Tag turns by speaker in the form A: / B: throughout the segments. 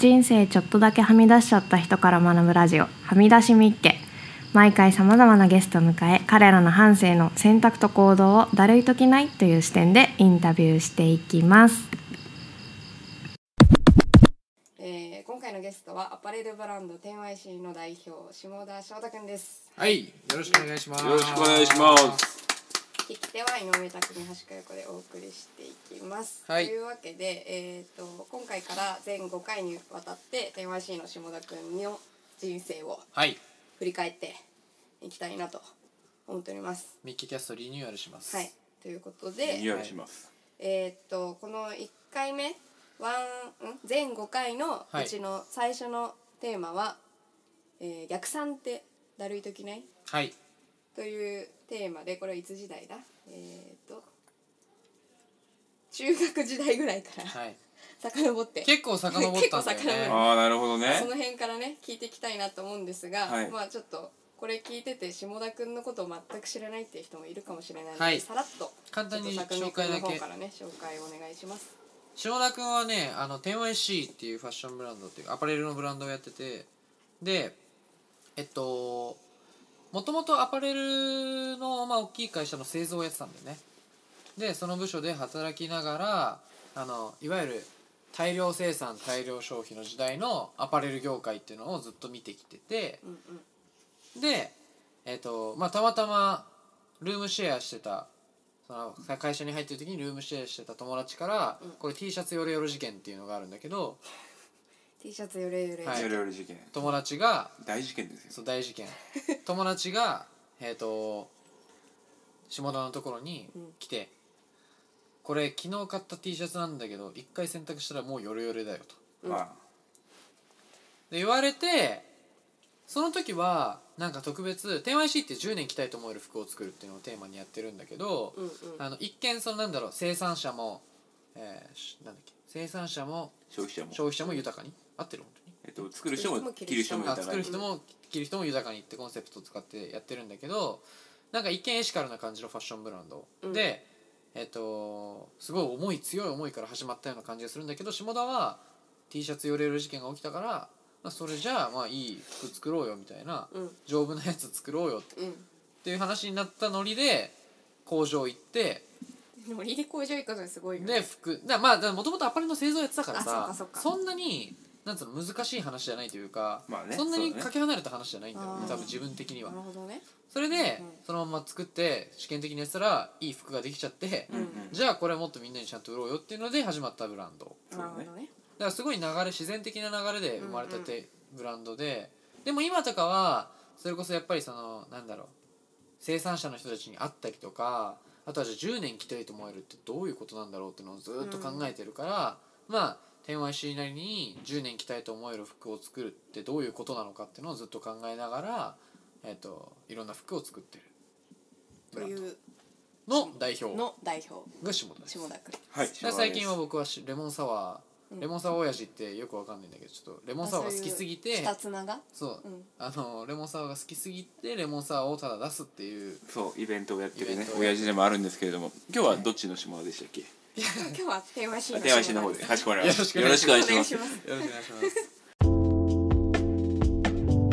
A: 人生ちょっとだけはみ出しちゃった人から学ぶラジオはみ出しみっけ毎回さまざまなゲストを迎え彼らの半生の選択と行動をだるいときないという視点でインタビューしていきます
B: えー今回のゲストはアパレルブランド 10YC の代表下田翔太くんです
C: はい、よろしくお願いします。
D: よろしくお願いします。
B: 聞き手は井上拓海橋かよこでお送りしていきます、
C: はい
B: というわけで、えー、と今回から全5回にわたって 10YC の下田くんの人生を
C: はい、
B: 振り返っていきたいなと思っております
C: ミッキーキャストリニューアルします。
B: はいということ
D: リニュ
B: で
D: ーアルします。
B: えー、とこの1回目ワンん全5回のうちの最初のテーマは「えー逆算ってだるいときない?」
C: はい、
B: というテーマでこれはいつ時代だえっ、と中学時代ぐらいから
C: はい、
B: 遡って
C: 結構遡ったんだ
B: 結
C: よ
B: 構遡
C: ね。
B: る
D: ああ、なるほどね。
B: その辺からね聞いていきたいなと思うんですが、
D: はい
B: まあちょっとこれ聞いてて下田くんのことを全く知らないっていう人もいるかもしれないので、
C: はい
B: さらっと
C: 簡単に
B: ちょっと
C: 紹
B: 匠
C: 介
B: くん
C: だ
B: の方
C: け
B: か。らね紹介お願いします
C: 塩田君はね、あの 10YC っていうファッションブランドっていうアパレルのブランドをやってて、で、えっと、もともとアパレルの、まあ、大きい会社の製造をやってたんだよね。で、その部署で働きながら、あの、いわゆる大量生産、大量消費の時代のアパレル業界っていうのをずっと見てきてて、
B: うんうん
C: で、えっとまあ、たまたまルームシェアしてたその会会社に入ってる時にルームシェアしてた友達から、
B: うん
C: これ T シャツヨレヨレ事件っていうのがあるんだけど
B: T シャツよれよれ、
C: はい
D: ヨレヨレ事件。
C: 友達が
D: 大事件ですよ。
C: そう 大事件友達がえっ、と下田のところに来て、これ昨日買った T シャツなんだけど一回洗濯したらもうヨレヨレだよ
B: う
C: と
B: ん
D: ま
C: で言われてその時はなんか特別 10YC って10年着たいと思える服を作るっていうのをテーマにやってるんだけど、
B: うんうん
C: あの一見そのなんだろう生産者も、えーしなんだっけ生産者も
D: あ、消費者も。
C: 消費者も豊かに合ってる本当に
D: えっと、作る人も着る人もい
C: あ
D: た
C: 作る人も着る人も豊かにってコンセプトを使ってやってるんだけどなんか一見エシカルな感じのファッションブランド、
B: うん
C: でえっ、とすごい思い強い思いから始まったような感じがするんだけど下田は T シャツよれる事件が起きたから、まあ、それじゃあまあいい服作ろうよみたいな、
B: うん
C: 丈夫なやつ作ろうよっ
B: う
C: ていう話になったノリで工場行って
B: んノリで工場行くのすごいよね
C: で服だまあもともとアパレルの製造やってたからさ
B: あそうかそうか
C: んなになんつうの難しい話じゃないというか、
D: まあね
C: そんな
D: そう
C: に
D: だね
C: かけ離れた話じゃないんだよね
B: あー
C: 多分自分的には
B: なるほどね
C: それで、
B: うん
C: そのまま作って試験的にやってたらいい服ができちゃって、
D: うんうん
C: じゃあこれもっとみんなにちゃんと売ろうよっていうので始まったブランドだか
D: そ
B: なる
D: うだね
B: ほどね
C: らすごい流れ自然的な流れで生まれたてブランドで、でも今とかはそれこそやっぱりそのなんだろう生産者の人たちに会ったりとかあとはじゃあ10年着たいと思えるってどういうことなんだろうっていうのをずっと考えてるから、まあ 10YC なりに10年着たいと思える服を作るってどういうことなのかっていうのをずっと考えながら、えっといろんな服を作ってる
B: という
C: の代表
B: の代表
C: が下田です
B: 下田くん
D: はい。
C: で最近は僕はしレモンサワ
B: うん
C: ーレモンサワー親父ってよくわかんないんだけどちょっとレモンサワーが好きすぎて
B: 下つなが
C: そ
B: う
C: う、
B: ん
C: あのレモンサワーが好きすぎてレモンサワーをただ出すっていう
D: そう、イベントをやってる
C: イベ
D: ね
C: ント。を
D: 親父でもあるんですけれども、今日はどっちの島でしたっけ。
B: 今日は天話シー
D: あ、
B: ン
D: 手配しの方で。かしこまりました。
C: よ
D: よ
C: ろ
D: ろ
C: し
D: し
C: く
D: く
C: お
D: お
C: 願
D: 願
C: い
D: い
C: し
D: し
C: ま
D: ますす。
C: よろしくお 願いします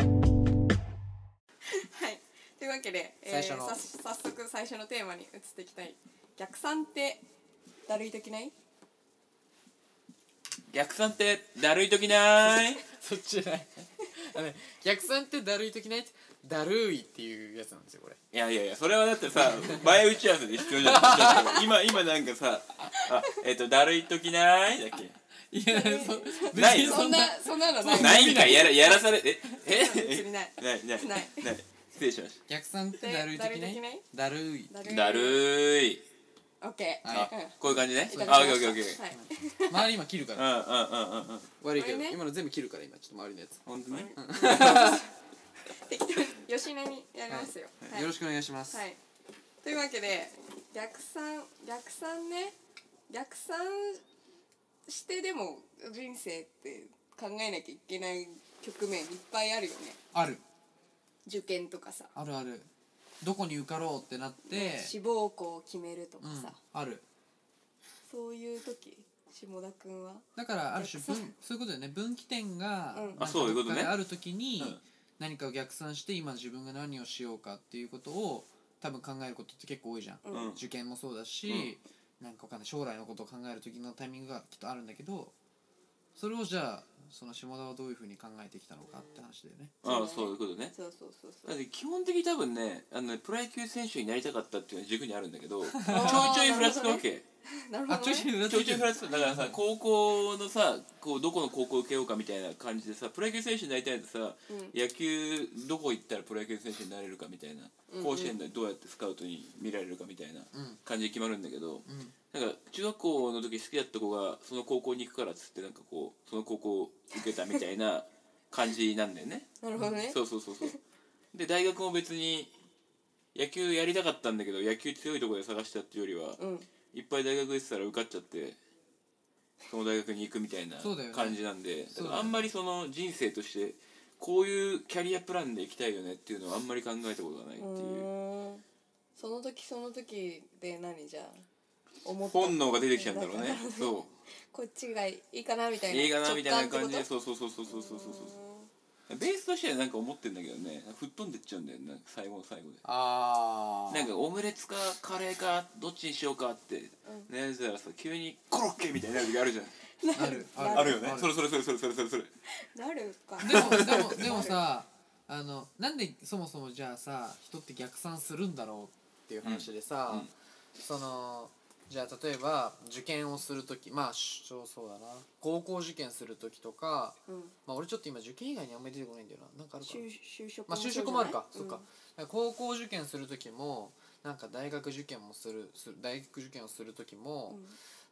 B: はい。というわけで、えー、
C: 最初の
B: さ早速最初のテーマに移っていきたい。逆算ってだるいときない？
D: 逆算って、だるい時ない。
C: そっちじゃないあの逆算ってだるい時ないってだるいっていうやつなんですよこれ
D: いやいやいや、それはだってさ、前打ち合わせで必要じゃない。今、今なんかさ、あ、えっと、だるい時ない。だっけ。
C: いや
D: にないよ
B: そんなそんなのない。
D: ないんかいやらやらされえ
B: 別に
D: え
B: ない
D: ないない
B: ない
D: ない失礼しまし
C: 逆算ってだるい時ない
B: だるい時ないだ
C: だるい
D: た だる。ーい
B: オッケー。
C: はい
D: あこういう感じね
B: うん。いただきま
D: あ
B: し
D: オッ
B: た
D: ケーオッケーオッケ
B: はい。
D: ー
C: 周り今切るか
D: う
C: ら
D: んうんうんうんうん
C: 悪いけど、
B: これね
C: 今の全部切るから今ちょっと周りのやつ、
D: 本当ね
B: 適当に吉野にやりますよ。はい。
C: よろしくお願いします、
B: はい。というわけで逆算逆算ね逆算してでも人生って考えなきゃいけない局面いっぱいあるよね。
C: ある
B: 受験とかさ、
C: あるあるどこに受かろうってなって
B: 志望校を決めるとか
C: うん
B: さ。
C: ある
B: そういう時下田くんは
C: だからある種分
B: 逆算
C: そういうことだよね分岐点が
B: うん
C: なんか
D: あそういうこと
C: ど
D: ね
C: っかである時に
D: うん
C: 何かを逆算して今自分が何をしようかっていうことを多分考えることって結構多いじゃん、
B: うん
D: うん
C: 受験もそうだし、なんかわかんない将来のことを考える時のタイミングがきっとあるんだけどそれをじゃあその下田はどういうふうに考えてきたのかって話だよね
D: ああそういうことね
B: そうそうそうそ
D: だっ
B: う
D: て基本的に多分ねあのねプロ野球選手になりたかったっていうのは軸にあるんだ けどちょいちょいふらつくわけ、
B: なるほ
C: あ
B: ど
C: ちょいちょ
B: ね
C: い裏
D: ち
C: 付け
D: ょいちょいふらつくだからさ高校のさこうどこの高校受けようかみたいな感じでさプロ野球選手になりたいとさ、
B: うん
D: 野球どこ行ったらプロ野球選手になれるかみたいな
B: うん
D: 甲子園でどうやってスカウトに見られるかみたいな
C: うん
D: 感じで決まるんだけど
C: うん
D: なんか中学校の時好きだった子がその高校に行くからっつってなんかこうその高校受けたみた いな感じなんだよね。
B: なるほどね
D: そうそうそうそうで大学も別に野球やりたかったんだけど野球強いところで探したっていうよりは、
B: うん
D: いっぱい大学行ってたら受かっちゃってその大学に行くみたいな
C: そうだよね
D: 感じなんで、
C: そうだよね
D: からあんまりその人生としてこういうキャリアプランで行きたいよねっていうのはあんまり考えたことがないっていう
B: うーんその時その時で何じゃあ思った
D: 本能が出てきたんだろうね
B: なるほど
D: そ
B: こっちがいいかなみ
D: う
B: たいな
D: 映画なみたいな感じ
B: 直感って
D: で
B: こ
D: そうそうそうそうそうそうそう
B: と
D: そうベースとしてはなんか思ってんだけどね吹っ飛んでっちゃうんだよねなんか最後の最後で
C: ああ
D: なんかオムレツかカレーかどっちにしようかって悩んでたらさ急にコロッケみたいになる時あるじゃん
C: ある
B: あ
D: あるよねそれそれそれそれそれそれそれ
B: うーんなるか
C: でもでもでもさあのなんでそもそもじゃあさ人って逆算するんだろうっていう話でさ、
D: うんうん
C: そのじゃあ例えば受験をする時まあそうそうだな高校受験する時とか、
B: うん
C: まあ、俺ちょっと今受験以外にあんまり出てこないんだよななんかあるかな
B: 就就職
C: まあ
B: そう
C: 就
B: じゃ
C: 職
B: ない
C: もあるか、そっ
B: ん
C: か高校受験する時もなんか大学受験もするする大学受験をする時も、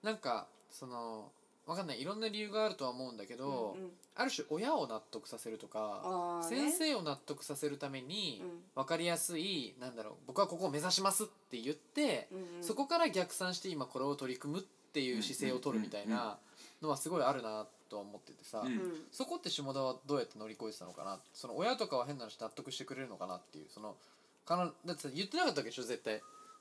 C: なんかそのわかんないいろんな理由があるとは思うんだけど、
B: うんうん
C: ある種親を納得させるとか
B: あ、ーね
C: 先生を納得させるために
B: うん
C: 分かりやすい、なんだろう僕はここを目指しますって言って、
B: うんうん
C: そこから逆算して今これを取り組むっていう姿勢を取るみたいなのはすごいあるなとは思っててさ、
D: うん
B: うんうん
C: そこって下田はどうやって乗り越えてたのかなその親とかは変な話納得してくれるのかなっていうそのかなだってさ言ってなかったわけでしょ絶対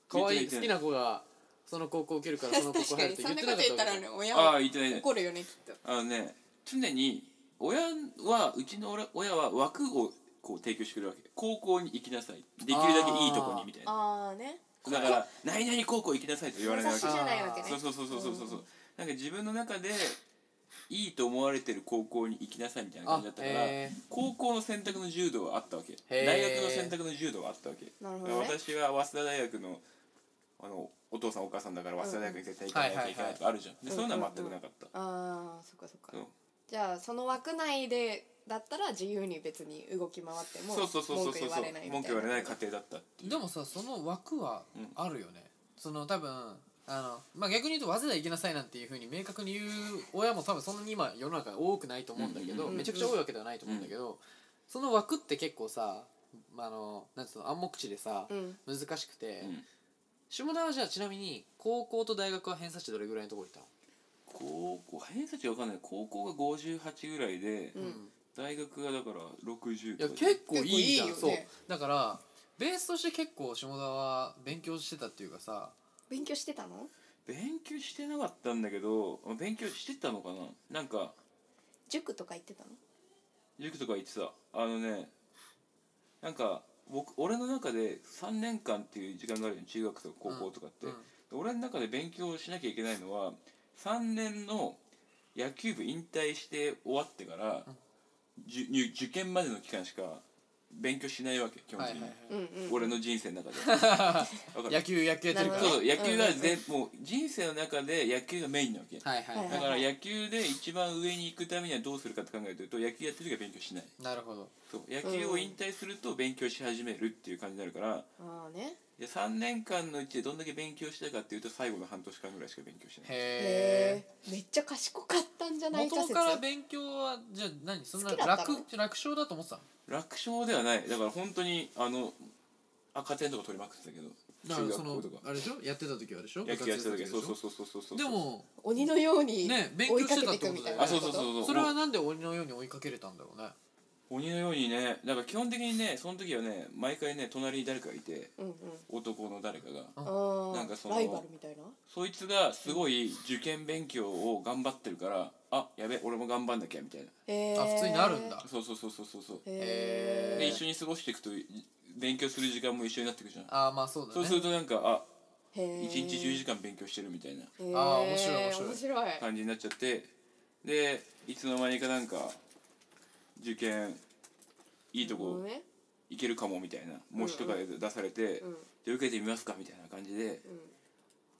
C: 可愛い
D: 言
C: 好
D: ってな
C: き
D: い
C: な子がその高校受け るからその高
B: 確
C: 校
B: か
C: 入る
B: に
C: って
B: そ
C: 言
B: ん
C: っ
B: な
C: て
B: こと
C: なかっ
B: 言ったた
C: わ
B: ら
C: け
B: ね
C: で
B: 親
D: あ
B: は
D: あ言ってないね
B: 怒るよねきっと
D: あのね常に親はうちの俺親は枠をこう提供してくれるわけ高校に行きなさいできるだけいいとこにみたいな
B: ああね
D: だから何々高校行きなさいと言われないわけ
B: 雑誌じゃないわけね
D: そうそうそうそうそうそうそうなんか自分の中でいいと思われてる高校に行きなさいみたいな感じだったから、
C: あへー
D: 高校の選択の柔道はあったわけ
C: へー
D: 大学の選択の柔道はあったわけ
B: なるほどね
D: 私は早稲田大学のあのお父さんお母さんだから早稲田大学に絶対行かなきゃいけないとかあるじゃん、でそういうのは全くなかった、
B: ああそっかそっか
D: そう
B: じゃあその枠内でだったら自由に別に動き回っても
D: そうそうそうそう
B: 文句
D: そ
B: 言
D: う
B: われないみたいな
D: 文句言われない家庭だったっていう
C: でもさその枠は
D: うん
C: あるよね、その多分あのまあ逆に言うと早稲田行きなさいなんていうふうに明確に言う親も多分そんなに今世の中多くないと思うんだけど、
D: うんうん
B: うん
C: めちゃくちゃ多いわけではないと思うんだけど、その枠って結構さまああのなんつうの暗黙知でさ、
B: うん
C: 難しくて、
D: うん
C: 下田はじゃあちなみに高校と大学は偏差値どれぐらいのところにいたの
D: 高校偏差値わかんない高校が58ぐらいで、
B: うん
D: 大学がだから60
C: いや
D: とか
C: 結構いいじゃん
B: 結構い
C: そ
B: ういよね
C: だからベースとして結構下田は勉強してたっていうかさ
B: 勉強してたの
D: 勉強してなかったんだけど勉強してたのかななんか
B: 塾とか行ってたの
D: 塾とか行ってたあのねなんか僕俺の中で3年間っていう時間があるじゃん中学とか高校とかって、
C: うんうん
D: で俺の中で勉強しなきゃいけないのは3年の野球部引退して終わってから、じゅ入受験までの期間しか勉強しないわけ基本
C: はい
D: 的
C: はい
D: に、
C: はい、
B: うんうん
D: 俺の人生の中 でわかる
C: 野球野球やってるから
B: なる
D: そう
B: ほ
D: そう野球が
B: うんうん
D: 全、もう人生の中で野球がメインなわけ、
C: はいはいはい
D: だから野球で一番上に行くためにはどうするかって考えてると野球やってる時は勉強しない
C: なるほど
D: そう野球を引退すると勉強し始めるっていう感じになるから、
B: ああね
D: で3年間のうちでどんだけ勉強したかっていうと最後の半年間ぐらいしか勉強しない
C: へ
B: へえめっちゃ賢かったんじゃ
C: え
B: ないか
C: 元
B: 説
C: から勉強はじゃあ何そんな
B: 好きだった
C: 楽
B: の
C: 楽勝だと思ってたの
D: 楽勝ではないだから本当にあの赤点とか取りまくってたけど
C: だから
D: 中学
C: その
D: 校とか
C: あれでしょやってた時はでしょ
D: 野球やってた時はそうそ
C: 部
D: う
C: 活やって
D: そうそうそうそ
C: た
D: う
C: でも
B: 鬼のように
C: ね勉
B: 追
C: 強
B: いか
C: して
B: け
C: た
B: て
C: っ
B: いくみ
C: てことだ
B: たい
C: よね
B: な
D: あそうそうそうそう
C: それはなんで鬼のように追いかけれたんだろうね
D: 鬼のようにねだから基本的にねその時はね毎回ね隣に誰かがいて
B: うんうん
D: 男の誰かが
B: あー
D: なんかその
B: ライバルみたいな
D: そいつがすごい受験勉強を頑張ってるからあやべ俺も頑張んなきゃみたいな
B: へー
C: あ普通になるんだ
D: そうそうそうそうそうそう
B: へ
D: で
C: へ
B: え
D: 一緒に過ごしていくとい勉強する時間も一緒になってくじゃん
C: ああまあそうだね
D: そうするとなんかあ
B: 一
D: 一日10時間勉強してるみたいな
B: 間
C: あー面白い面白い
B: 面白い
D: 感じになっちゃってでいつの間にかなんか受験いいと
B: なるほ
D: こ
B: どね
D: 行けるかもみたいな模試とかで出されて、
B: うん
D: で受けてみますかみたいな感じで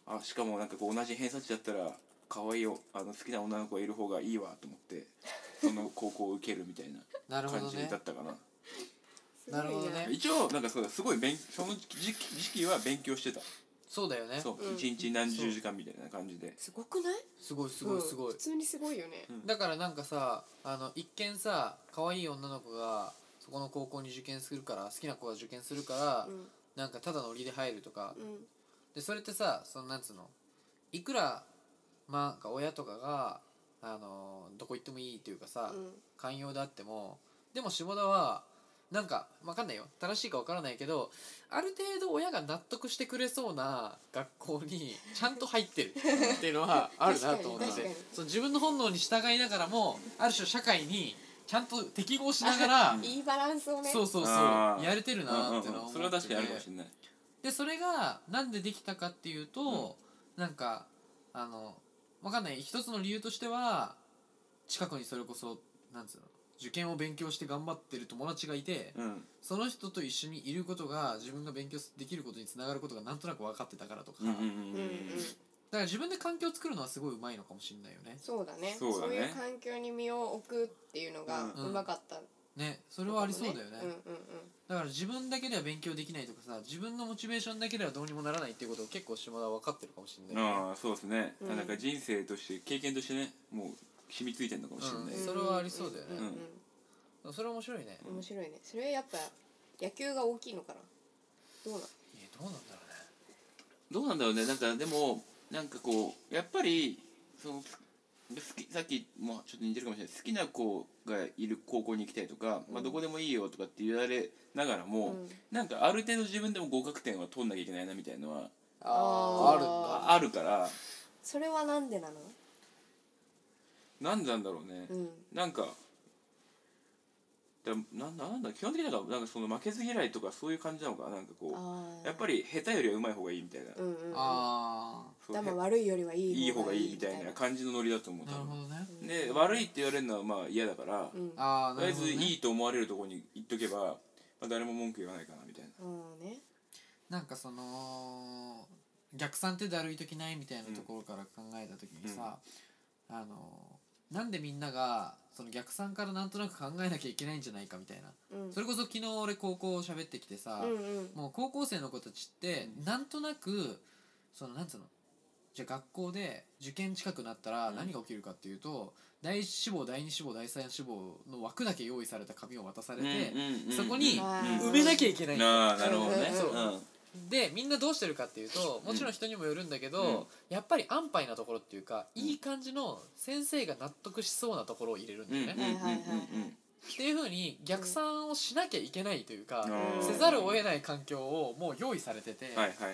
D: あしかもなんかこう同じ偏差値だったら可愛いよあの好きな女の子がいる方がいいわと思ってその高校を受けるみたいな
C: なるほ
D: 感
C: ど
D: じ
C: ね
D: だったかな
B: すごい
C: なるほどね
D: 一応なんかそうだすごい勉その時期時期は勉強してた
C: そうだよね
D: そう
B: うん
D: 一、日何十時間みたいな感じです
B: ごくない
C: すごいすごいすご
B: うん
C: い
B: 普、通にすごいよね
D: うん
C: だからなんかさあの一見さ可愛い女の子がそこの高校に受験するから好きな子が受験するから、
B: うん
C: なんかただの売りで入るとか、
B: うん
C: でそれってさそのなんつうのいくらまあなんか親とかがあのどこ行ってもいいというかさ、
B: うん
C: 寛容であってもでも下田はなんかわかんないよ正しいかわからないけどある程度親が納得してくれそうな学校にちゃんと入ってるっていうのはあるなと思って
B: 確かに確かに
C: その自分の本能に従いながらもある種社会にちゃんと適合しながら
B: いいバランスをね
C: そうそうそう
D: あー
C: やれてる
D: うん
C: な
D: う
C: っ
D: ん
C: ていうのは
D: うん
C: 思ってて
D: それは確かにあるかもしれない
C: でそれがなんでできたかっていうと、なんかあのわかんない一つの理由としては近くにそれこそなんつうの受験を勉強して頑張ってる友達がいて、
D: うん
C: その人と一緒にいることが自分が勉強できることにつながることがなんとなく分かってたからとか、
D: うんうん
C: だ
D: う
B: う
D: ん
B: ん
D: う
B: うんん
C: から自分で環境を作るのはすごいうまいのかもしれないよね。
B: そうだね
D: そう
B: そ
D: だね
B: ういう環境に身を置くっていうのが
D: うん
C: うん
B: うまかった
C: ねそ
B: そ
C: れはありそうだよね、
B: うんうんうん
C: だから自分だけでは勉強できないとかさ自分のモチベーションだけではどうにもならないっていうことを結構島田は分かってるかもしれないよね。
D: ああそうですね、
B: うん
D: なんか人生として経験としてねもう染みついてるのかもしれない、
C: うんそれはありそうだよね
B: んん
C: それ面白いね。
B: うん面白いねそれはやっぱ野球が大きいのかなどうなの
C: いやどうなんだろうね。
D: どうなんだろうねなんかでもなんかこうやっぱりその好きさっきもちょっと似てるかもしれない好きな子がいる高校に行きたいとか、まあ、どこでもいいよとかって言われながら
B: う
D: も、
B: ん
D: なんかある程度自分でも合格点は取んなきゃいけないなみたいのは
B: あー
C: あるんだ
D: あるから
B: それはなんでなの
D: なんでなんだろうね、
B: うん
D: なんかだなんだなんだ基本的になんかなんかその負けず嫌いとかそういう感じなのかななんかこう
B: あー
D: やっぱり下手よりは上手い方がいいみたいな、
B: うんうんうん
C: あ
D: そう
B: だまあ
D: へ
B: 悪いよりはいい
D: いい方がいいみたいな感じのノリだと思う
C: あなるほ
D: 多分
C: どね
D: で悪いって言われるのはまあ嫌だから、
B: うん
C: ああ
D: と
C: なる
D: りあえ
C: ほど、
D: ず
C: ね、
D: いいと思われるところに行っとけば、まあ、誰も文句言わないかなみたいな
B: うんね
C: なんかその逆算ってだるい時ないみたいなところから考えた時にさ、あのなんでみんながその逆算からなんとなく考えなきゃいけないんじゃないかみたいな、
B: うん
C: それこそ昨日俺高校を喋ってきてさ、
B: うんうん
C: もう高校生の子たちってなんとなくそのなんつうのじゃあ学校で受験近くなったら
D: うん
C: 何が起きるかっていうと、第一志望第二志望第三志望の枠だけ用意された紙を渡されて、そこに
B: 埋
C: 埋めなきゃいけ
D: ゃ
C: ない
D: なあなるほどね
B: そう
C: でみんなどうしてるかっていうともちろん人にもよるんだけど、
D: うん
C: やっぱり安牌なところっていうか、
D: うん
C: いい感じの先生が納得しそうなところを入れるん
D: う
C: だ
D: んう
C: よ
D: ん
C: ね、
D: うんうんうん
C: っていうふうに逆算をしなきゃいけないというか、
D: うん
C: せざるを得ない環境をもう用意されてて、
D: はいはいはいはい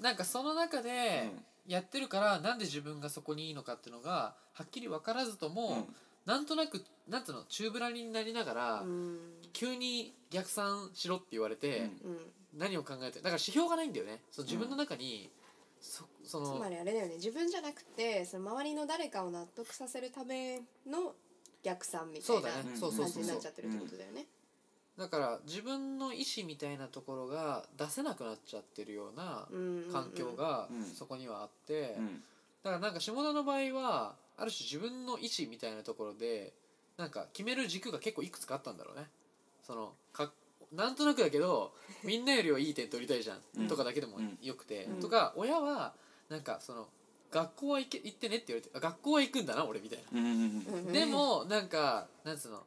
C: なんかその中
D: はい、
C: でやってるから、なんで自分がそこにいいのかっていうのがはっきり分からずとも、
D: うん
C: なんとなくなんていうの宙ぶらりんになりながら、
B: うん
C: 急に逆算しろって言われて。
D: うん
B: うん
C: 何を考えてだから指標がないんだよねその自分の中に、そそ
B: つま
C: の
B: りあれだよね自分じゃなくてその周りの誰かを納得させるための逆算みた
C: そう
B: いな
C: だね
D: うん
C: そうそう
B: 感じ
C: そう
B: に
C: そ
B: な
C: う
B: っちゃってるってことだよね。
C: だから自分の意思みたいなところが出せなくなっちゃってるような環境が
D: うん
C: そこにはあって、
D: うん
C: だからなんか下田の場合はある種自分の意思みたいなところでなんか決める軸が結構いくつかあったんだろうねそのかなんとなくだけどみんなよりはいい点取りたいじゃ
D: うん
C: んとかだけでも
D: うん
C: よくて、
B: うん
C: とか親はなんかその学校は行け行ってねって言われてあ学校は行くんだな俺みたいな。
D: うんうん
B: うんうん
C: でもなんかなんつうの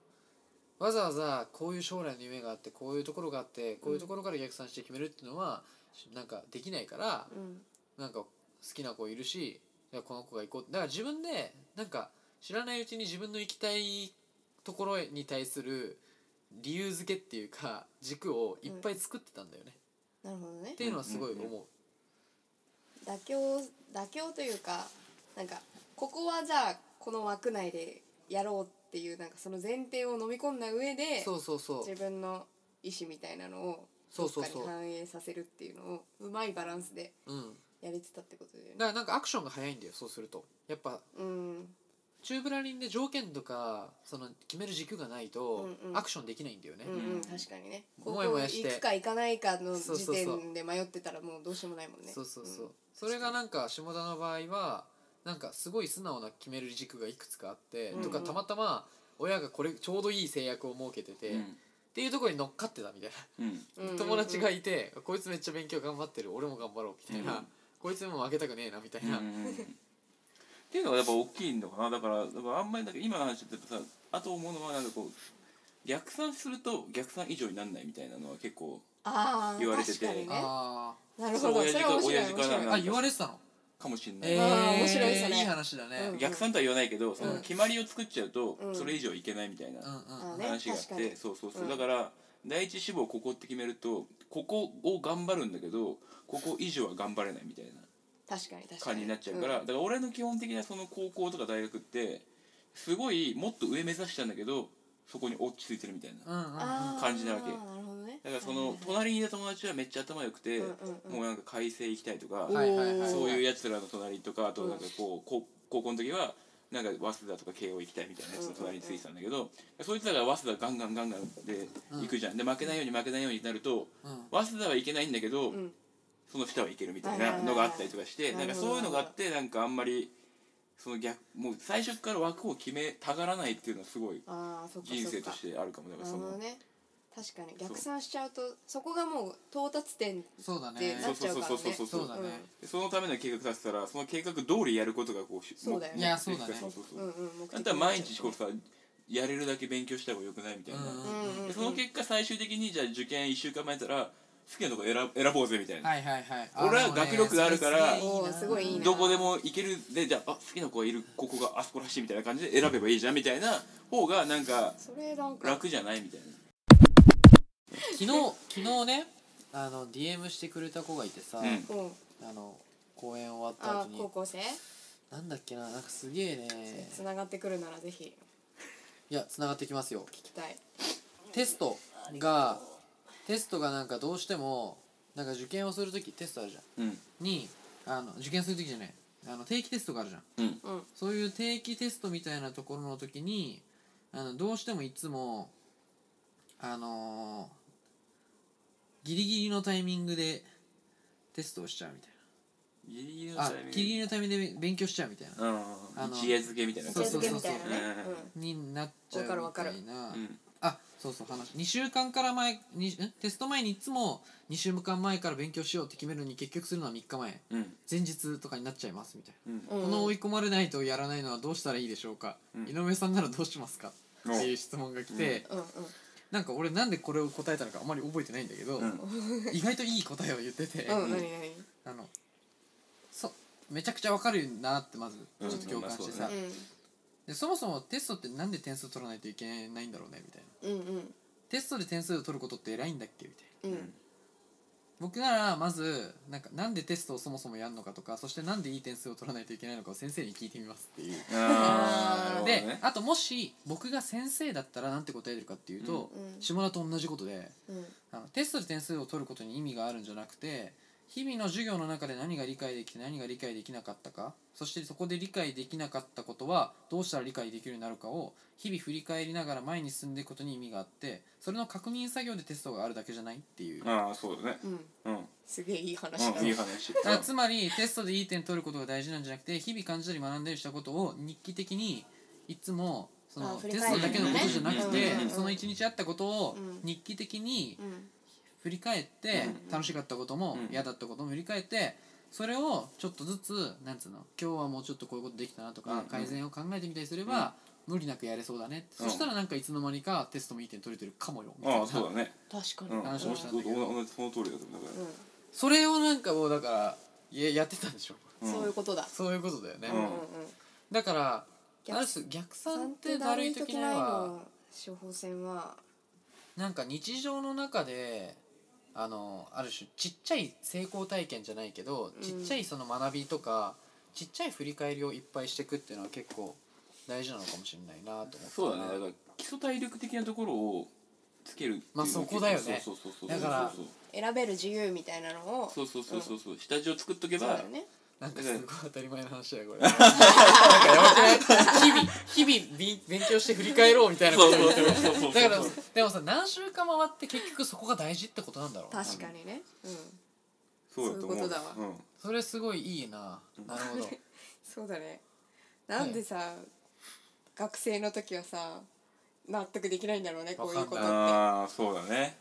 C: わざわざこういう将来の夢があってこういうところがあってこういうところから逆算して決めるっていうのはなんかできないから
B: うん
C: なんか好きな子いるしいやこの子が行こうだから自分でなんか知らないうちに自分の行きたいところに対する理由付けっていうか軸をいっぱい作ってたんだよね、
B: なるほどね
C: っていうのはすごい思う、
D: うん
B: 妥協妥協というかなんかここはじゃあこの枠内でやろうっていうなんかその前提を飲み込んだ上で
C: そうそうそう
B: 自分の意思みたいなのを
C: そ
B: ど
C: う
B: っ
C: そう
B: かに
C: そう
B: 反映させるっていうのをうまいバランスで
C: うん
B: やれてたってことだよ
C: だ
B: ね。
C: からなんかアクションが早いんだよそうするとやっぱ
B: うん
C: チューブラリンで条件とかその決める軸がないと
B: うんうん
C: アクションできないんだよね、
B: うんうん、
D: うん
B: 確かにねここ
C: もやもやして
B: 行くか行かないかの
C: そう
B: 時
C: そうそう
B: 点で迷ってたらもうどうしようもないもんね
C: そうそうそう、
B: ん
C: それがなんか下田の場合はなんかすごい素直な決める軸がいくつかあって、
B: うんうん
C: とかたまたま親がこれちょうどいい制約を設けてて、っ
D: うん
C: ていうところに乗っかってたみたい
D: うん
B: うんうんう
C: な
B: ん
C: 友達がいて、こいつめっちゃ勉強頑張ってる俺も頑張ろうみたいな、
D: うん
C: こいつにも負けたくねえなみたいな、
D: うんうんうんっていうのがやっぱ大きいのかなだからだからあんまりなんか今の話だとさあと思うのはなんかこう逆算すると逆算以上になんないみたいなのは結構
B: あー
D: 言われてて
B: 確かにね
C: あ
B: なるほど
D: そう
B: それは面白
D: 親
B: い
D: 父
B: 面
D: から
B: 白い
C: ー
D: なん
C: あ
D: か
C: 言われてたの
D: かもしれない、
C: え
B: あ
C: ー、
B: ー面白いそれ
C: いい話だね、
B: うん
D: 逆算とは言わないけどその
B: うん
D: 決まりを作っちゃうと
B: うん
D: それ以上いけないみたいな
C: うんうん
B: あ
C: うん
B: ね
D: 話があっ
B: 確か
D: て
B: に
D: そうそうそう
B: うん
D: だから第一志望ここって決めるとここを頑張るんだけどここ以上は頑張れないみたいな
B: 確かに確かに
D: 感じになっちゃうから、
B: ん
D: だから俺の基本的なその高校とか大学ってすごいもっと上目指したんだけどそこに落ち着いてるみたいなだ
C: うんうん
B: あー
D: 感じなわけ
B: るほどね
D: からその隣にいた友達はめっちゃ頭良くて、
B: うんうんうん
D: もうなんか改正行きたいとか、
C: おはいはいはい
D: そういう
B: や
D: やつらの隣とかあとなんかこう、こ高校の時はなんか早稲田とか慶応行きたいみたいなやつの隣についてたんだけど、そいつらが早稲田ガンガンガンガンで行くじゃん、で負けないように負けないようになると
C: うん
D: 早稲田はいけないんだけど、
B: うん
D: その下はいけるみたいなのがあったりとかして、
B: はいはいはい
D: なんかそういうのがあってなんかあんまりその逆もう最初から枠を決めたがらないっていうのはすごい
B: あーそっか
D: 人
B: そ
D: 生
B: っ
D: と
B: か
D: してあるかもだから
B: な
D: そ
B: るほど
D: の。
B: ね確かに逆算しちゃうとそこがもう到達点
C: そうだね
B: でな
D: そ
B: っ
D: う
B: ち
D: そう
B: ゃうから
D: そ
B: ね
D: うそうそう
C: そうだね、
D: そのための計画立てたらその計画通りやることがこうし
B: そうだよね
D: も
C: いやそうだね
D: そうそうそう
B: うんうん目的
D: あんたは毎日こうさやれるだけ勉強した方がよくないみたいな、
C: うん
B: うんうんうん
D: でその結果最終的にじゃあ受験1週間前やったら好きなとこ選ぼ選ぼうぜみたいな、
C: はいはいはい
D: 俺は学力があるから
B: おーすごいいいな
D: どこでも行けるでじゃああ好きな子がいるここがあそこらしいみたいな感じで選べばいいじゃんみたいな方がなんか
B: それなんか
D: 楽じゃないみたいな
C: 昨日昨日ねあの DM してくれた子がいてさ、
D: うん
B: うん
C: あの公演終わった
B: あ
C: 後
B: ー
C: に
B: 高校生
C: なんだっけななんかすげえね
B: つながってくるならぜひ
C: いや繋がってきますよ
B: 聞きたい
C: テストがテストがなんかどうしてもなんか受験をする時テストあるじゃ
D: うん
C: んにあの受験する時じゃないあの定期テストがあるじゃん
D: うん
B: うん
C: そういう定期テストみたいなところの時にあのどうしてもいつもあのーギリギリのタイミングでテストをしちゃうみたい
D: ギリギリの
C: なあ
D: タイミング
C: ギリギリのタイミングで勉強しちゃうみたいな
D: うん
C: あの
D: 一夜漬けみたいな
C: そう
B: 一夜
C: そう
B: 漬
C: そ
B: け
C: う
B: みたいなね
D: うん
C: になっちゃう
B: わ
C: み
B: かるわ
C: た
B: か
C: いな、
D: うん
C: あそうそう話2週間から前にんテスト前にいつも2週間前から勉強しようって決めるのに結局するのは3日前
D: うん
C: 前日とかになっちゃいますみたいな。
D: うん
B: うん
C: この追い込まれないとやらないのはどうしたらいいでしょうか、
D: うん
C: 井上さんならどうしますかっていう質問が来て、
B: うんうん
C: なんか俺なんでこれを答えたのかあまり覚えてないんだけど、
D: うん
C: 意外といい答えを言ってて、
B: うん何何
C: あのそめちゃくちゃわかるなってまず
D: うん
C: ちょっと共感して
D: ま
C: さ、
D: あ
B: うん
C: でそもそもテストってなんで点数取らないといけないんだろうねみたいな
B: うんうん
C: テストで点数を取ることって偉いんだっけみたいな
B: うん
C: 僕ならまずなんかなんでテストをそもそもやるのかとかそしてなんでいい点数を取らないといけないのかを先生に聞いてみますっていう
D: あーなる
C: で、
D: ほどね
C: あともし僕が先生だったらなんて答えるかっていうと、
B: うんうん
C: 下田と同じことで
B: うん
C: あのテストで点数を取ることに意味があるんじゃなくて日々の授業の中で何が理解できて何が理解できなかったかそしてそこで理解できなかったことはどうしたら理解できるようになるかを日々振り返りながら前に進んでいくことに意味があってそれの確認作業でテストがあるだけじゃないっていう。
D: ああそうだね
B: うん
D: うん
B: すげえいい話だ
D: うんいい話
C: だからつまりテストでいい点取ることが大事なんじゃなくて日々感じたり学んだりしたことを日記的にいつもその
B: あ振
C: テ
B: り
C: ス
B: 返
C: ト
D: るの
C: だけのこ
D: ね
C: とじゃなくて
D: うんうんうん
C: その一日あったことを
B: うん
C: 日記的に
B: うん
C: 振り返って
D: うん
C: 楽しかったことも
D: うん
C: 嫌だったことも振り返ってそれをちょっとずつなんつうの今日はもうちょっとこういうことできたなと
D: うんう
C: か
D: ん
C: 改善を考えてみたりすれば無理なくやれそうだね
D: うん
C: そしたらなんかいつの間にかテストもいい点取れてるかもよみたい
D: あ
C: な
D: あそうだね
B: 確かに
D: うん
C: 話
D: そ
C: を
D: う
C: し
D: そ
C: た
D: うん
C: だけど
D: 同じその通りだと思うだから
B: う
C: それをなんかもうだからややってたんでしょ
B: んそういうことだ
C: そういうことだよね
B: うんうん
D: ん
B: うん
C: だからあれっす逆算ってだるい時ないわ
A: 処方箋は
C: なんか日常の中であのある種ちっちゃい成功体験じゃないけど、
A: うん
C: ちっちゃいその学びとかちっちゃい振り返りをいっぱいしていくっていうのは結構大事なのかもしれないなと思って
D: そうだねだから基礎体力的なところをつけるっていう
C: まあそこだよね
D: そうそうそうそう
C: だから
A: 選べる自由みたいなのを
D: そうそうそうそうそう下地を作っとけ
A: そう
D: ば
A: だよね
C: なんかすごい当たり前の話だよこれなんかやばくない日々日々び勉強して振り返ろうみたいなこ
D: そ
C: と
D: う
C: だ
D: そう
C: か
D: そうそうそう
C: らでもさ何週間回って結局そこが大事ってことなんだろうな
A: 確かにねうん
D: そうだと
B: そ
D: 思
B: ういうこと
D: う
B: だわ
D: うん
C: それすごいいいななるほど
B: そうだねなんでさ、学生の時はさ納得できないんだろうねこういうことって
D: ああそうだね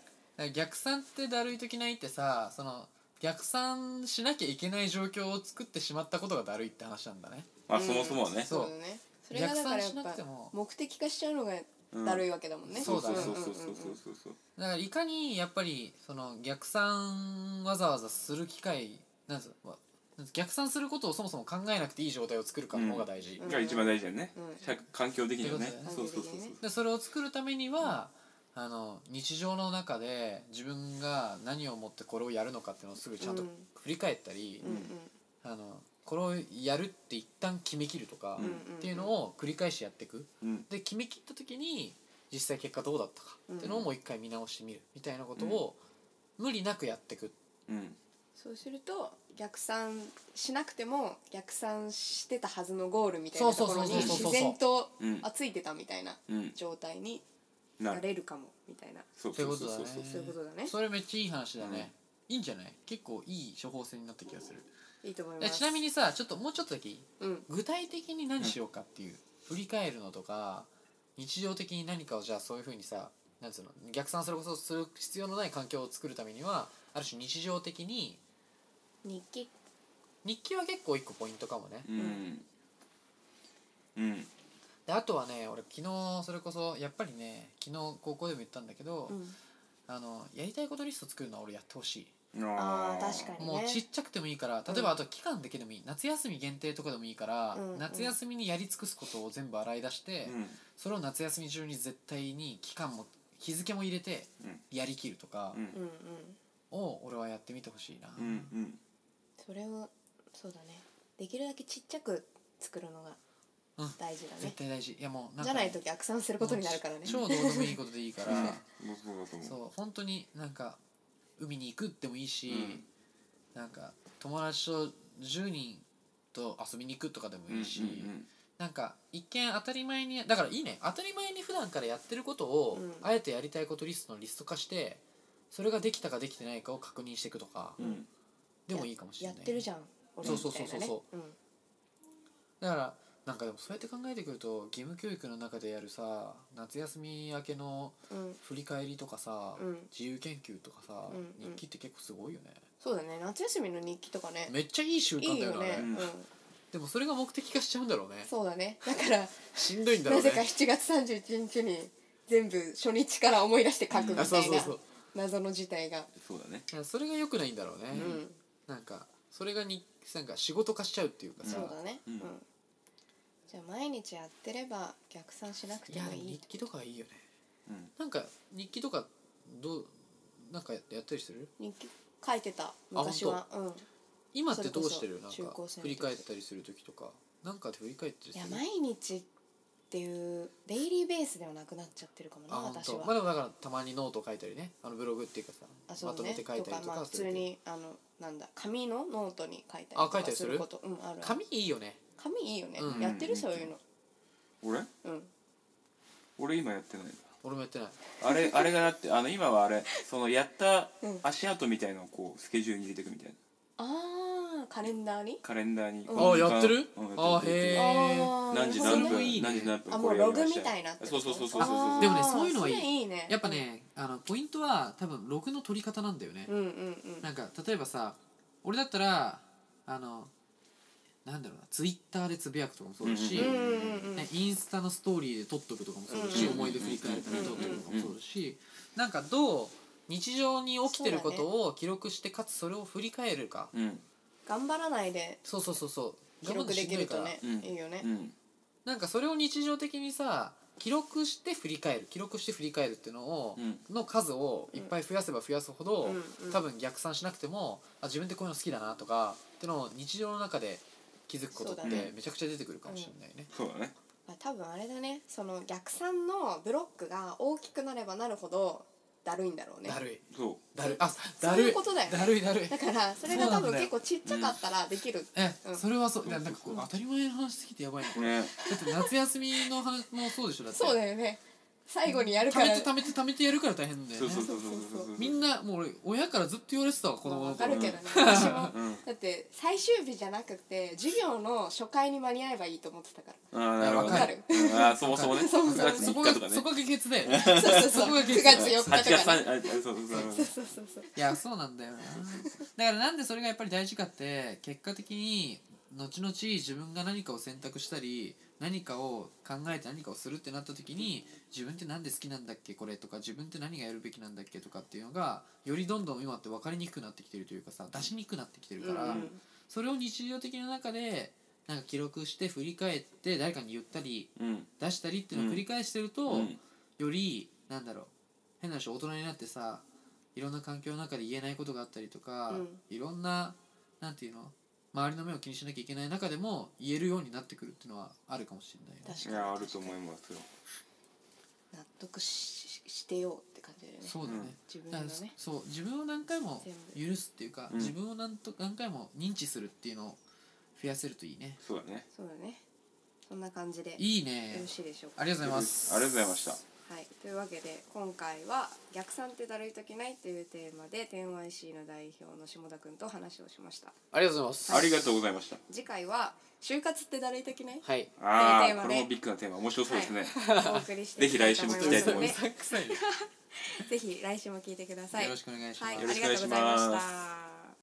C: 逆算ってだるい時ないってさその逆算しなきゃいけない状況を作ってしまったことがだるいって話なんだね
D: まあ
B: うん
D: そもそもはね
C: そ
B: そううだねそれがだからやっ
C: 逆算しなくて
B: ぱ
C: も
B: 目的化しちゃうのが
D: うん
B: だるいわけだもんね、
D: そうそう
C: だね
D: そうそうそうそうそうそう
C: だからいかにやっぱりその逆算わざわざする機会なんですわなんです逆算することをそもそも考えなくていい状態を作るかの方が大事、
B: うん
D: が一番大事だよね
B: うん
D: 社環境的にはね
B: そ
D: そうう
B: いうこと
D: そうそ
B: だよ
D: う
B: ね
D: そう
C: でそれを作るためには、あの日常の中で自分が何をもってこれをやるのかっていうのをすぐちゃんと
B: うん
C: 振り返ったり、
B: うん
C: あのこれをやるって一旦決めきるとか、
D: うん
B: うん
C: っていうのを繰り返しやっていく
D: うん
C: で決めきった時に実際結果どうだったかっていうのをもう一回見直してみるみたいなことを無理なくやっていく
D: うん
B: そうすると逆算しなくても逆算してたはずのゴールみたいなところに
C: そうそうそうそうそ
B: 自
C: う
B: 然と
D: うん
B: あついてたみたいな
D: うん
B: 状態に
D: な
B: な
D: る
B: れるかもみたいな
D: そう
C: って
D: そ
C: こ
D: う
C: と
D: そ
C: だ
D: う
C: ね
D: そうそう
B: そういうことだね
C: それめっちゃいい話だね、いいんじゃない結構いい処方箋になった気がする
B: いいと思いま
C: え
B: す
C: ちなみにさちょっともうちょっとだけいい
B: うん
C: 具体的に何しようかっていう、振り返るのとか日常的に何かをじゃあそういうふうにさなんつうの逆算それこそする必要のない環境を作るためにはある種日常的に
A: 日記
C: 日記は結構一個ポイントかもね、
D: うんうん
C: であとはね俺昨日それこそやっぱりね昨日高校でも言ったんだけど、
B: うん
C: あのやりたいことリスト作るのは俺やってほしい、
A: あー確かにね
C: もうちっちゃくてもいいから例えばあと期間だけでもいい、夏休み限定とかでもいいから、
B: うんうん
C: 夏休みにやり尽くすことを全部洗い出して、
D: うん
C: それを夏休み中に絶対に期間も日付も入れて
D: うん
C: やりきるとか
D: うん
B: うんうん
C: を俺はやってみてほしいな、
D: うんうん
A: それをそうだねできるだけちっちゃく作るのが
C: うん
A: 大事だね
C: 絶、対大事いやもうなん
B: じゃ
C: か
B: ないと逆算することになるからね
C: 超どうでもいいことでいいか
D: うん
C: ら
D: 僕そうだと思う
C: そう本当になんか海に行くでもいいし、
D: うん
C: なんか友達と10人と遊びに行くとかでもいいし、
D: うんうん
C: なんか一見当たり前にだからいいね当たり前に普段からやってることを、
B: うん
C: あえてやりたいことリストのリスト化してそれができたかできてないかを確認していくとか、
D: うんうん
C: でもいいかもしれ
A: や
C: な
A: っ
C: い
A: てるじゃん俺
C: そう
A: み
C: そう
A: た
C: そう
A: い
C: そ
A: な
C: う
A: ね
C: そう
A: うん
C: だからなんかでもそうやって考えてくると義務教育の中でやるさ夏休み明けの
B: うん
C: 振り返りとかさ、
B: うん
C: 自由研究とかさ、
B: うんうん
C: 日記って結構すごいよね
B: そうだね夏休みの日記とかね
C: めっちゃいい習
B: い
C: 慣
B: い
C: だよ
B: よ
C: ね
B: ね
C: あれ
B: うん
C: でもそれが目的化しちゃうんだろうね
B: そうだねだから
C: しんどいんだろ
B: な
C: うね
B: ぜか7月31日に全部初日から思い出して書くみた
C: あそう
B: い
C: そう
B: な
C: そう
B: 謎の事態が
D: そうだね
C: いやそれが良くないんだろうね、
B: うん
C: なんかそれがになんか仕事化しちゃうっていうかさ、
B: そうだね
D: う
B: うんんじゃあ毎日やってれば逆算しなく
C: い
B: て
C: や
B: も
C: でも
B: いい
C: 日記とかはいいよね
D: うん
C: なんか日記とかどうなんかやったりする
B: 日記書いてた昔はうん
C: 今ってどうしてる
B: そ
C: な
B: れ
C: ん
B: こ
C: か
B: そ中高生の時
C: 振り返ったりする時とかなんかで振り返ったり
B: い
C: す
B: や
C: る
B: 毎日っていうデイリーベースではなくなっちゃってるかも
C: あ
B: な
C: 本
B: 私
C: 当。まあ
B: は
C: でもだからたまにノートを書いたりねあのブログっていうかさ
B: あそ
C: ま
B: う
C: とめ
B: ね
C: て書い
B: と
C: たり
B: か
C: と
B: まあ
C: か
B: 普
C: する
B: 通
C: けど
B: にあのなんだ紙のノートに書いたり
C: あ
B: と
C: 書いた
B: か
C: りす
B: す
C: る
B: ることうんあるある
C: 紙いいよね
B: 紙いいよね
C: うん
B: やってるそういうの
D: 俺
B: うん
D: 俺今やってない
C: 俺もやってない
D: あれあれがだってあの今はあれそのやった
B: うん
D: 足跡みたいのをこうスケジュールに入れていくみたいな
B: ああカレンダーに
D: カレンダー
B: う
D: に
B: ん
D: この時間
C: あやってる
D: うんやってる
C: あへえ
B: あー
D: 何時
B: なる
D: 何
B: ほど
C: そ
B: ね
C: れいい
D: 分
C: ね
D: 何時何分
B: あもう
D: や
B: ロ
D: り
B: グ
D: ま
B: み
D: した
B: いなってこと
D: そうそうそうそうそう
B: あー
D: そう
C: でもねそういうのはいい
B: それいいね
C: やっぱねあのポイントは多分ログの取り方なんだよね
B: うんうんうん
C: なんか例えばさ俺だったらあのなんだろうなツイッターでつぶやくとかもそうだし、
D: うん
B: うんうんうん
C: ねインスタのストーリーで撮っとくとかもそうだし、
B: うん
C: 思い出振り返るために撮っとくとかもそうだし、なんかどう日常に起きてることを記録してかつそれを振り返るか
D: うん
B: 頑張らないで
C: そうそうそうそう
B: 記録できると
C: 我慢
B: ね
C: しんどいか
D: うん
B: いいよね
D: うん
C: なんかそれを日常的にさ記録して振り返る記録して振り返るっていうのを、
D: うん
C: の数をいっぱい増やせば増やすほど、
B: うんうん
C: 多分逆算しなくてもあ自分ってこういうの好きだなとかってのを日常の中で気づくこと
B: そ
C: っ
B: う
D: だ
C: て
D: ね
C: めちゃくちゃ出てくるかもしれないね。
D: そうだね
B: まあ、多分あれだねその逆算のブロックが大きくなればなるほどだるいんだろうね
C: だるい
D: そ
C: だるいあ
B: う
C: だる
B: い
C: いう
B: ことだよね
C: だるいだるい
B: だからそれが多
C: そうなん
B: 分
C: だよ
B: 結構ちっちゃかったらできる
C: え、
B: うん
C: それはそうだなんかこう当たり前の話すぎてやばいな
D: うね
C: だって夏休みの話もそうでしょだって
B: そうだよね最後にやる
C: 貯
B: から
C: めて貯めて貯めてやるから大変なんだよ
D: そう
C: ね
D: そうそうそうそうそう
C: みんなもう俺親からずっと言われてたわ子供
B: わ
C: の
B: か
C: 頃
B: るけどね私も
D: うん
B: だって最終日じゃなくて授業の初回に間に合えばいいと思ってたか
D: あーなるほど
C: わ
D: ね
B: かる
D: うんあーそもそもね
B: そうそう
D: 9月
C: そこ
D: 3
C: が
D: 日とかね
C: そこが下月で
B: らそうそうそう
C: そこ が
B: 9
C: 月曜
B: 月4日
D: 8
B: と
D: 月
B: かね
D: 3日そうそうそう
B: そうそうそう
C: いやそうなんだよなだからなんでそれがやっぱり大事かって結果的に後々自分が何かを選択したり何かを考えて何かをするってなった時に自分って何で好きなんだっけこれとか自分って何がやるべきなんだっけとかっていうのがよりどんどん今って分かりにくくなってきてるというかさ出しにくくなってきてる
B: う
C: か
B: ん
C: ら、
B: うん
C: それを日常的な中でなんか記録して振り返って誰かに言ったり
D: うん
C: 出したりっていうのを繰り返してると、
D: うん
C: よりなんだろう変な話大人になってさいろんな環境の中で言えないことがあったりとか、
B: うん
C: いろんななんていうの周りの目を気にしなきゃいけない中でも言えるようになってくるっていうのはあるかもしれないよね
B: 確
D: いや
B: か
D: ある
B: に
D: と思いますよ
B: 納得ししてようって感じだよね
C: そうだね、
B: 自分
C: だ
B: の
C: から
B: ね
C: そう自分を何回も
B: 全
C: 許すっていうか、
D: うん
C: 自分を何と何回も認知するっていうのを増やせるといいね
D: そうだね
B: そうだねそんな感じでよ
C: いいね
B: ろしいでしょうか
C: ありがとうございます
D: ありがとうございました
B: はい、というわけで今回は「逆算ってだるい時ない」というテーマで 10YC の代表の下田君と話をしました
C: ありがとうございます
D: ありがとうございました
B: 次回は「就活ってだるい時 ない
C: はい
D: あ
B: テー
D: あ
B: マ
D: こ
B: で
D: れもビッグなテーマ面白そうですね」
B: お送りしていきたいと思います
D: ぜひ来週も聞きたいと
B: の
D: 思い
B: で
D: ま
C: うさんくさいね
B: ぜひ来週も聞いてください。
C: よろしくお願いしま
B: は
C: す、
B: い、あ
D: よろ
B: り
D: しく
B: が
D: お
B: と
D: 願
B: うご
D: いします
B: ざいました。